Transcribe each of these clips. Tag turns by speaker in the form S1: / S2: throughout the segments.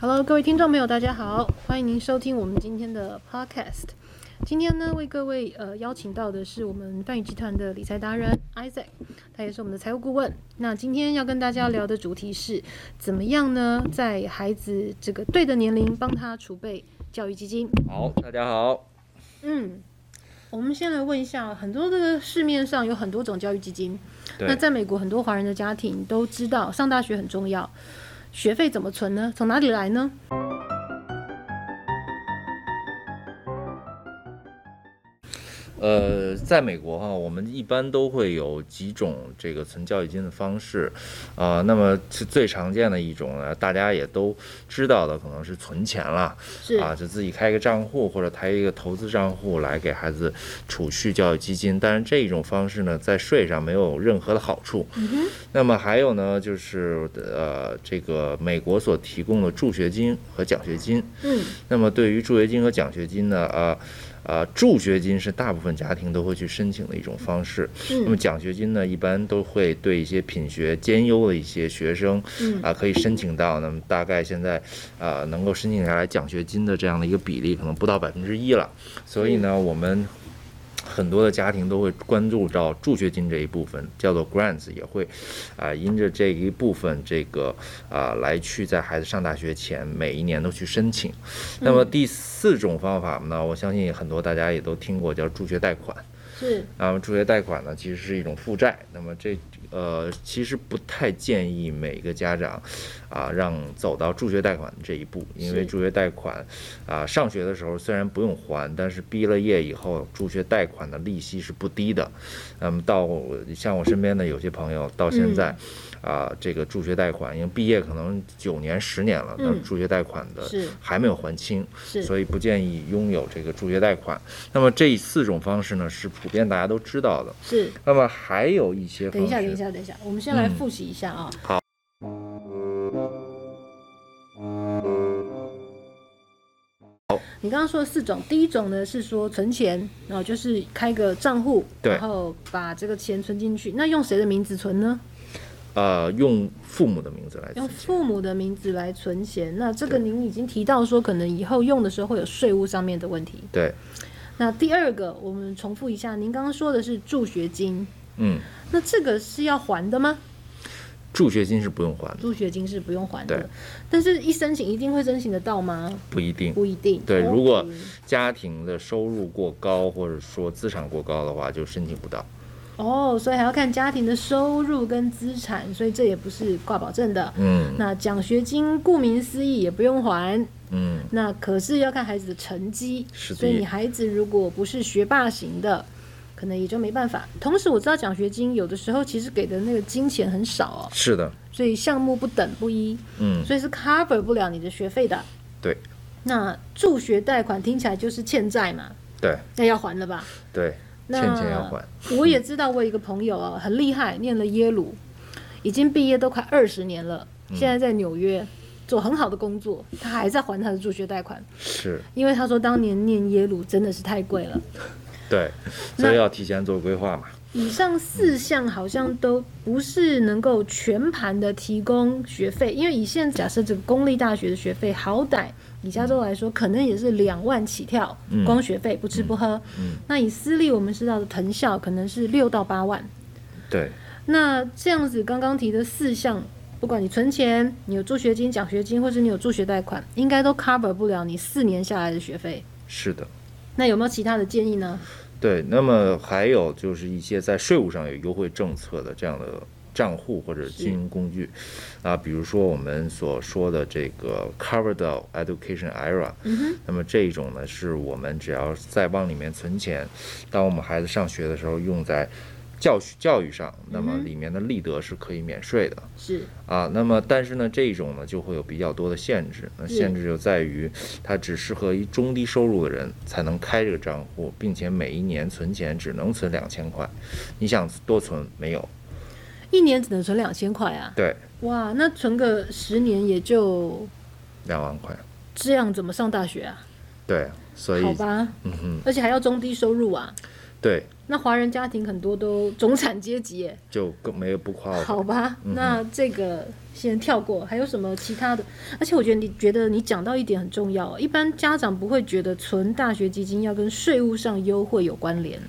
S1: Hello，各位听众朋友，大家好，欢迎您收听我们今天的 Podcast。今天呢，为各位呃邀请到的是我们泛宇集团的理财达人 Isaac，他也是我们的财务顾问。那今天要跟大家聊的主题是，怎么样呢，在孩子这个对的年龄帮他储备教育基金。
S2: 好，大家好。
S1: 嗯，我们先来问一下，很多的市面上有很多种教育基金。那
S2: 对，
S1: 在美国，很多华人的家庭都知道上大学很重要，学费怎么存呢？从哪里来呢？
S2: 呃，在美国哈、我们一般都会有几种这个存教育金的方式，啊、那么最最常见的一种呢，大家也都知道的，可能是存钱啦，
S1: 是
S2: 啊，就自己开一个账户或者开一个投资账户来给孩子储蓄教育基金。但是这一种方式呢，在税上没有任何的好处。
S1: 嗯
S2: 那么还有呢，就是呃，这个美国所提供的助学金和奖学金。
S1: 嗯，
S2: 那么对于助学金和奖学金呢，呃，呃，助学金是大部分家庭都会去申请的一种方式。
S1: 嗯
S2: 那么奖学金呢，一般都会对一些品学兼优的一些学生，
S1: 嗯
S2: 啊、可以申请到。那么大概现在，呃，能够申请下来奖学金的这样的一个比例，可能不到百分之一了。所以
S1: 嗯
S2: 呢，我们。很多的家庭都会关注到助学金这一部分，叫做 grants，也会，啊、因着这一部分这个啊、来去在孩子上大学前每一年都去申请。那
S1: 嗯
S2: 么第四种方法呢，我相信很多大家也都听过，叫助学贷款。
S1: 是
S2: 那么助学贷款呢，其实是一种负债。那么这呃，其实不太建议每个家长啊，让走到助学贷款这一步，因为
S1: 是
S2: 助学贷款啊，上学的时候虽然不用还，但是毕了业以后，助学贷款的利息是不低的。那么到像我身边的有些朋友，到现
S1: 嗯
S2: 在、啊，这个助学贷款，因为毕业可能九年、十年了，那
S1: 嗯
S2: 助学贷款的
S1: 是
S2: 还没有还清。
S1: 是，
S2: 所以不建议拥有这个助学贷款。那么这四种方式呢，是普遍大家都知道的。
S1: 是。
S2: 那么还有一些
S1: 等一
S2: 方
S1: 下，等一
S2: 式，
S1: 下，等一下，我们先来
S2: 嗯
S1: 复习一下啊。
S2: 好。嗯
S1: 你刚刚说的四种，第一种呢是说存钱，然后就是开个账户，
S2: 对
S1: 然后把这个钱存进去。那用谁的名字存呢？
S2: 呃，用父母的名字来
S1: 用
S2: 存钱。
S1: 父母的名字来存钱。那这个
S2: 对
S1: 您已经提到说，可能以后用的时候会有税务上面的问题。
S2: 对，
S1: 那第二个，我们重复一下，您刚刚说的是助学金，
S2: 嗯，
S1: 那这个是要还的吗？
S2: 助学金是不用还的，
S1: 助学金是不用还
S2: 对
S1: 的，但是一申请一定会申请得到吗？
S2: 不一定。
S1: 不一定。哦
S2: 对，
S1: OK
S2: 如果家庭的收入过高，或者说资产过高的话，就申请不到。
S1: 哦，所以还要看家庭的收入跟资产，所以这也不是挂保证的。
S2: 嗯
S1: 那奖学金顾名思义也不用还，
S2: 嗯，
S1: 那可是要看孩子的成绩，
S2: 是
S1: 所以你
S2: 的，
S1: 孩子如果不是学霸型的，可能也就没办法。同时我知道奖学金有的时候其实给的那个金钱很少哦，
S2: 是的，
S1: 所以项目不等不一，
S2: 嗯，
S1: 所以是 cover 不了你的学费的。
S2: 对
S1: 那助学贷款听起来就是欠债嘛，
S2: 对
S1: 那要还了吧？
S2: 对，
S1: 那
S2: 欠钱要还。
S1: 我也知道，我有一个朋友啊，很厉害，念了耶鲁，已经毕业都快二十年了，现在在纽约做很好的工作，他还在还他的助学贷款，
S2: 是，
S1: 因为他说当年念耶鲁真的是太贵了。
S2: 对，所以要提前做规划嘛。
S1: 以上四项好像都不是能够全盘的提供学费，因为以现在假设这个公立大学的学费，好歹以加州来说，可能也是两万起跳，
S2: 嗯
S1: 光学费不吃不喝。那以私立我们知道的藤校可能是六到八万，
S2: 对，
S1: 那这样子，刚刚提的四项，不管你存钱、你有助学金、奖学金，或是你有助学贷款，应该都 cover 不了你四年下来的学费。
S2: 是的。
S1: 那有没有其他的建议呢？
S2: 对，那么还有就是一些在税务上有优惠政策的这样的账户或者经营工具，啊，比如说我们所说的这个 Coverdell Education IRA，、那么这一种呢，是我们只要再往里面存钱，当我们孩子上学的时候用在教学教育上，那么里面的利得是可以免税的。
S1: 是
S2: 啊，那么但是呢，这种呢就会有比较多的限制。那
S1: 嗯
S2: 限制就在于，它只适合于中低收入的人才能开这个账户，并且每一年存钱只能存两千块，你想多存没有？
S1: 一年只能存两千块啊！
S2: 对，
S1: 哇，那存个十年也就
S2: 两万块。
S1: 这样，怎么上大学啊？
S2: 对，所以
S1: 好吧，
S2: 嗯哼，
S1: 而且还要中低收入啊！
S2: 对，
S1: 那华人家庭很多都中产阶级耶，
S2: 就更没有不夸我。
S1: 好吧？
S2: 嗯
S1: 那这个先跳过，还有什么其他的？而且我觉得你觉得你讲到一点很重要，一般家长不会觉得存大学基金要跟税务上优惠有关联，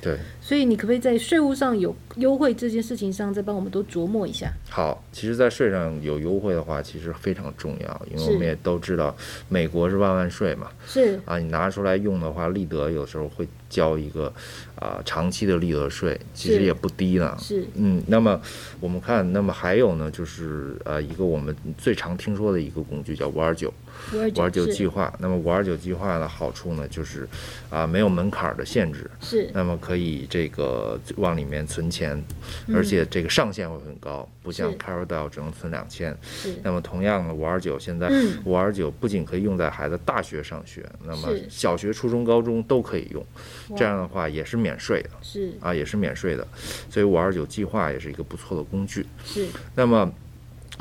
S2: 对，
S1: 所以你可不可以在税务上有优惠这件事情上再帮我们多琢磨一下？
S2: 好，其实，在税上有优惠的话，其实非常重要，因为我们
S1: 是
S2: 也都知道，美国是万万税嘛，
S1: 是
S2: 啊，你拿出来用的话，利得有时候会交一个啊、长期的利得税，其实
S1: 是
S2: 也不低呢。
S1: 是，
S2: 嗯，那么我们看，那么还有呢，就是呃，一个我们最常听说的一个工具叫五二九，
S1: 五二
S2: 五二
S1: 九
S2: 九计
S1: 是
S2: 划。那么五二九计划的好处呢，就是啊、没有门槛儿的限制，
S1: 是
S2: 那么可以这个往里面存钱，而且这个上限会很高，不像
S1: 嗯是
S2: Carousel 只能存两千。
S1: 是
S2: 那么同样的，五二九现在
S1: 嗯
S2: 五二九不仅可以用在孩子大学上学，那么
S1: 是
S2: 小学、初中、高中都可以用，这样的话也是免税的
S1: 是
S2: 啊，也是免税的。所以五二九计划也是一个不错的工具。
S1: 是
S2: 那么。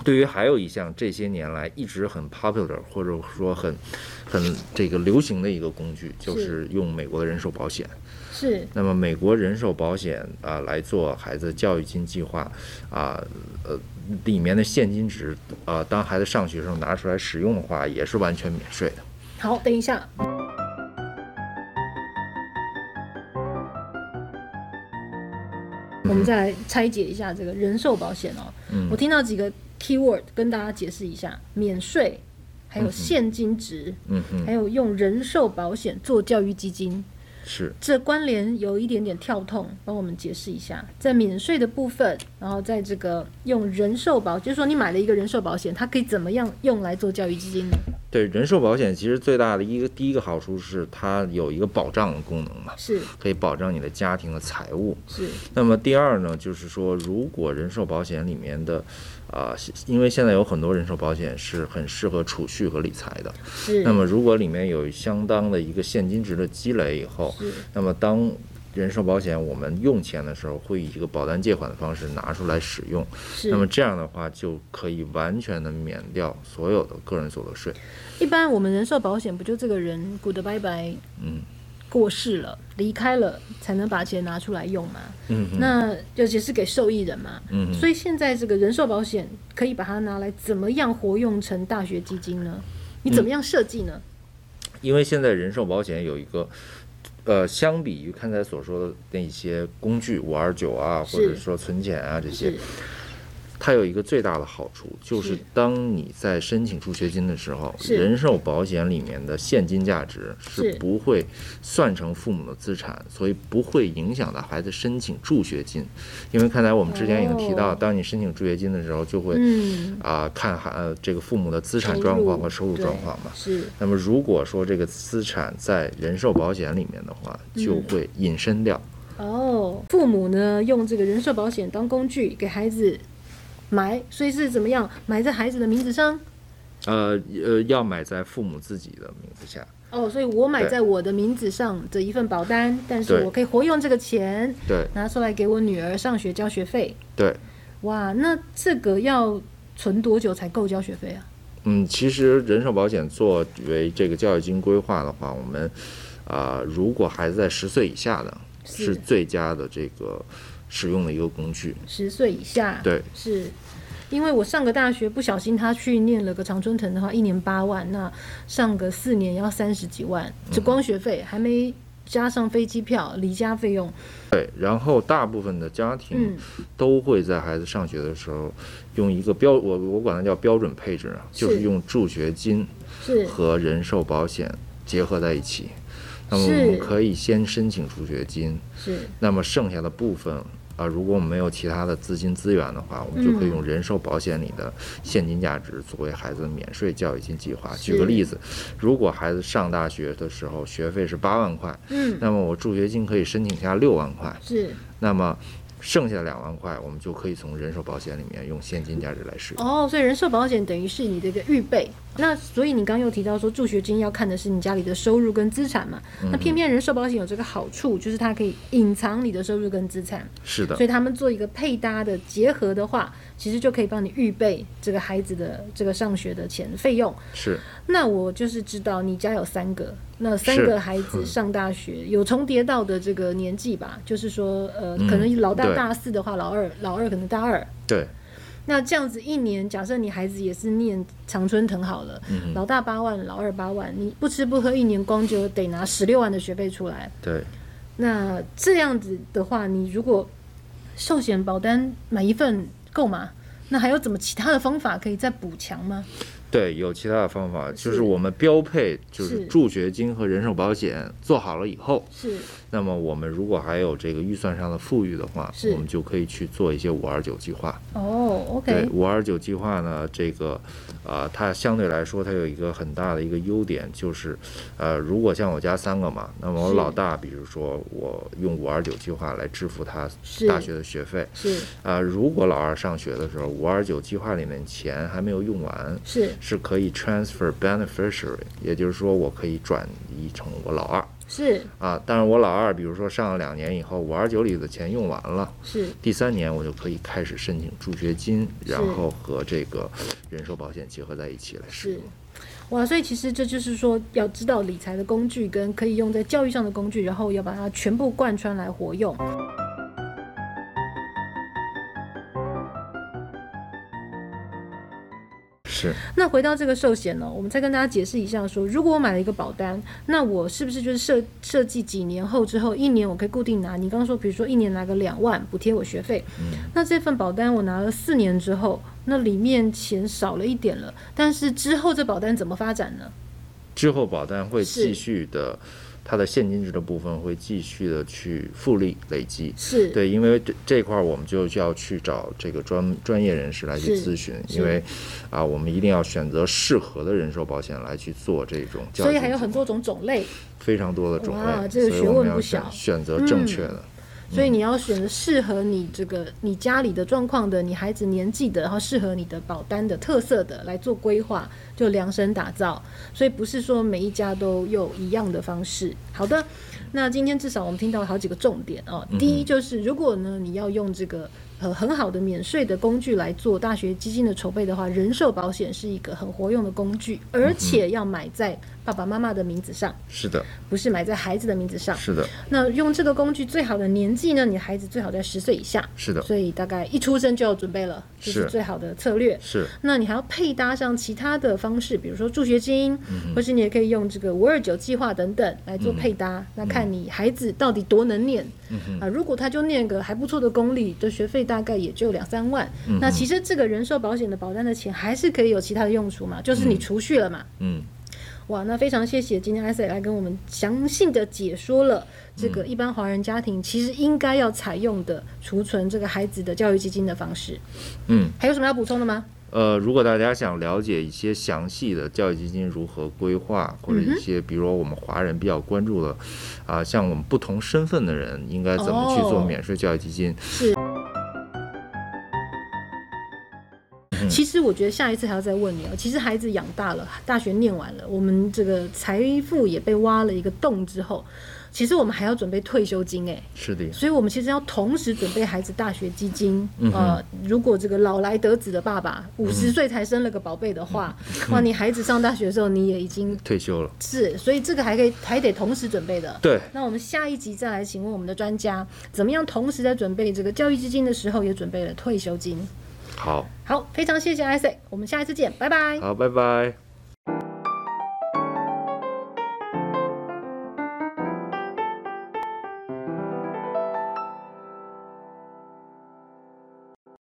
S2: 对于还有一项这些年来一直很 popular 或者说很很这个流行的一个工具，就是是用美国的人寿保险。
S1: 是
S2: 那么美国人寿保险啊、来做孩子教育金计划啊呃里面的现金值啊、当孩子上学的时候拿出来使用的话，也是完全免税的。
S1: 好，等一 下。我们再来拆解一下这个人寿保险哦。
S2: 嗯
S1: 我听到几个 keyword 跟大家解释一下：免税，还有现金值，
S2: 嗯哼，
S1: 还有用人寿保险做教育基金。
S2: 是
S1: 这关联有一点点跳痛，帮我们解释一下，在免税的部分，然后在这个用人寿保，就是说你买了一个人寿保险，它可以怎么样用来做教育基金呢？
S2: 对人寿保险其实最大的一个第一个好处是它有一个保障的功能嘛，
S1: 是
S2: 可以保障你的家庭的财务。
S1: 是
S2: 那么第二呢，就是说如果人寿保险里面的啊、因为现在有很多人寿保险是很适合储蓄和理财的，
S1: 是，
S2: 那么如果里面有相当的一个现金值的积累以后，
S1: 是
S2: 那么当人寿保险我们用钱的时候，会以一个保单借款的方式拿出来使用。
S1: 是。
S2: 那么这样的话，就可以完全的免掉所有的个人所得税。
S1: 一般我们人寿保险不就这个人 good 拜拜，
S2: 嗯，
S1: 过世了离开了才能把钱拿出来用嘛？
S2: 嗯哼，
S1: 那尤其是给受益人嘛。
S2: 嗯哼
S1: 所以现在这个人寿保险可以把它拿来怎么样活用成大学基金呢？你怎么样设计呢？
S2: 嗯因为现在人寿保险有一个。呃，相比于刚才所说的那些工具，五二九啊，
S1: 是
S2: 或者说存钱啊这些
S1: 是，
S2: 它有一个最大的好处，就是
S1: 是
S2: 当你在申请助学金的时候，
S1: 是
S2: 人寿保险里面的现金价值是
S1: 是
S2: 不会算成父母的资产，所以不会影响到孩子申请助学金。因为刚才我们之前已经提到，
S1: 哦
S2: 当你申请助学金的时候，就会
S1: 嗯，
S2: 啊、看孩呃这个父母的资产
S1: 收
S2: 状况
S1: 入
S2: 和收入
S1: 对
S2: 状况嘛。
S1: 是
S2: 那么如果说这个资产在人寿保险里面的话，就
S1: 嗯
S2: 会引申掉。
S1: 哦。父母呢用这个人寿保险当工具给孩子买，所以是怎么样买在孩子的名字上？
S2: 呃呃，要买在父母自己的名字下。
S1: 哦，所以我买
S2: 对
S1: 在我的名字上的一份保单，但是
S2: 对
S1: 我可以活用这个钱
S2: 对
S1: 拿出来给我女儿上学交学费。
S2: 对，
S1: 哇，那这个要存多久才够交学费啊？
S2: 嗯，其实人寿保险作为这个教育金规划的话，我们啊、呃如果孩子在十岁以下的，
S1: 是
S2: 是最佳的这个使用的一个工具。
S1: 十岁以下，，
S2: 对，
S1: 是。因为我上个大学不小心，他去念了个常春藤的话，一年八万，那上个四年要三十几万，
S2: 嗯
S1: 这光学费还没加上飞机票、离家费用，
S2: 对，然后大部分的家庭
S1: 嗯
S2: 都会在孩子上学的时候，用一个标，我我管它叫标准配置啊，就是是用助学金
S1: 是
S2: 和人寿保险结合在一起。那么我
S1: 是
S2: 们可以先申请助学金，
S1: 是
S2: 那么剩下的部分啊，如果我们没有其他的资金资源的话，我们就可以
S1: 嗯
S2: 用人寿保险里的现金价值作为孩子的免税教育金计划。举个例子，如果孩子上大学的时候学费是八万块，
S1: 嗯
S2: 那么我助学金可以申请下六万块，
S1: 是
S2: 那么。剩下的两万块，我们就可以从人寿保险里面用现金价值来使用。
S1: 哦，所以人寿保险等于是你的一个预备。那所以你刚刚又提到说，助学金要看的是你家里的收入跟资产嘛。那偏偏人寿保险有这个好处，就是它可以隐藏你的收入跟资产，
S2: 是的
S1: 所，以他们做一个配搭的结合的话，其实就可以帮你预备这个孩子的这个上学的钱费用。
S2: 是
S1: 那我就是知道你家有三个，那三个孩子上大学，有重叠到的这个年纪吧，就是说，呃，可能老大
S2: 对
S1: 大四的话，老二老二可能大二。
S2: 对，
S1: 那这样子一年，假设你孩子也是念常春藤好了，
S2: 嗯，
S1: 老大八万，老二八万，你不吃不喝一年光就得拿十六万的学费出来。
S2: 对，
S1: 那这样子的话，你如果寿险保单买一份够吗？那还有怎么其他的方法可以再补强吗？
S2: 对，有其他的方法，就是是我们标配，就是
S1: 是
S2: 助学金和人寿保险做好了以后，
S1: 是
S2: 那么我们如果还有这个预算上的富裕的话
S1: 是，
S2: 我们就可以去做一些五二九计划。
S1: 哦
S2: 对
S1: ，OK，
S2: 五二九计划呢，这个，呃，它相对来说它有一个很大的一个优点，就是，呃，如果像我家三个嘛，那么我
S1: 是
S2: 老大，比如说我用五二九计划来支付他
S1: 是
S2: 大学的学费，
S1: 是
S2: 啊、如果老二上学的时候，五二九计划里面钱还没有用完，
S1: 是
S2: 是可以 transfer beneficiary，也就是说我可以转移成我老二
S1: 是
S2: 啊。但是我老二，比如说上了两年以后，五二九里的钱用完了，
S1: 是
S2: 第三年我就可以开始申请助学金，然
S1: 是
S2: 后和这个人寿保险结合在一起来使
S1: 是
S2: 用。，
S1: 哇！所以其实这就是说，要知道理财的工具跟可以用在教育上的工具，然后要把它全部贯穿来活用。
S2: 是
S1: 那回到这个寿险呢，我们再跟大家解释一下说如果我买了一个保单，那我是不是就是设设计几年后之后，一年我可以固定拿？你刚刚说，比如说一年拿个两万补贴我学费，
S2: 嗯
S1: 那这份保单我拿了四年之后，那里面钱少了一点了，但是之后这保单怎么发展呢？
S2: 之后保单会
S1: 是
S2: 继续的，它的现金值的部分会继续的去复利累积。
S1: 是，
S2: 对，因为这这块儿我们就需要去找这个专专业人士来去
S1: 是
S2: 咨询，
S1: 是
S2: 因为啊，我们一定要选择适合的人寿保险来去做这种教育，
S1: 所以还有很多种种类，
S2: 非常多的种
S1: 哇
S2: 类，
S1: 这个
S2: 所以
S1: 学
S2: 我
S1: 问
S2: 们要
S1: 不
S2: 选
S1: 小嗯
S2: 选择正确的。
S1: 所以你要选择适合你这个你家里的状况的，你孩子年纪的，然后适合你的保单的特色的来做规划，就量身打造。所以不是说每一家都有一样的方式。好的，那今天至少我们听到好几个重点哦。第一就是，如果呢你要用这个呃很好的免税的工具来做大学基金的筹备的话，人寿保险是一个很活用的工具，而且要买在爸爸妈妈的名字上，
S2: 是的，
S1: 不是买在孩子的名字上。
S2: 是的，
S1: 那用这个工具最好的年纪呢？你孩子最好在十岁以下，
S2: 是的，
S1: 所以大概一出生就要准备了，这是
S2: 是
S1: 最好的策略。
S2: 是
S1: 那你还要配搭上其他的方式，比如说助学金，
S2: 嗯
S1: 或是你也可以用这个五二九计划等等来做配搭。
S2: 嗯
S1: 那看你孩子到底多能念、啊，如果他就念个还不错的公立，的学费大概也就两三万。
S2: 嗯
S1: 那其实这个人寿保险的保单的钱还是可以有其他的用处嘛，就是你储蓄了嘛。
S2: 嗯，
S1: 哇，那非常谢谢今天 i s a 来跟我们详细的解说了这
S2: 嗯
S1: 个一般华人家庭其实应该要采用的储存这个孩子的教育基金的方式。
S2: 嗯，
S1: 还有什么要补充的吗？
S2: 呃，如果大家想了解一些详细的教育基金如何规划，或者
S1: 嗯
S2: 一些比如说我们华人比较关注的，啊、像我们不同身份的人应该怎么去做
S1: 哦
S2: 免税教育基金，
S1: 是。
S2: 嗯
S1: 其实我觉得下一次还要再问你哦。其实孩子养大了，大学念完了，我们这个财富也被挖了一个洞之后，其实我们还要准备退休金哎。
S2: 是的，
S1: 所以我们其实要同时准备孩子大学基金。
S2: 嗯哼
S1: 呃，如果这个老来得子的爸爸五十岁才生了个宝贝的话，
S2: 嗯
S1: 哇，你孩子上大学的时候你也已经
S2: 退休了。
S1: 是，所以这个还可以还得同时准备的。
S2: 对，
S1: 那我们下一集再来请问我们的专家，怎么样同时在准备这个教育基金的时候，也准备了退休金。
S2: 好，
S1: 好，非常谢谢 Isaac，我们下一次见，拜拜。
S2: 好，拜拜。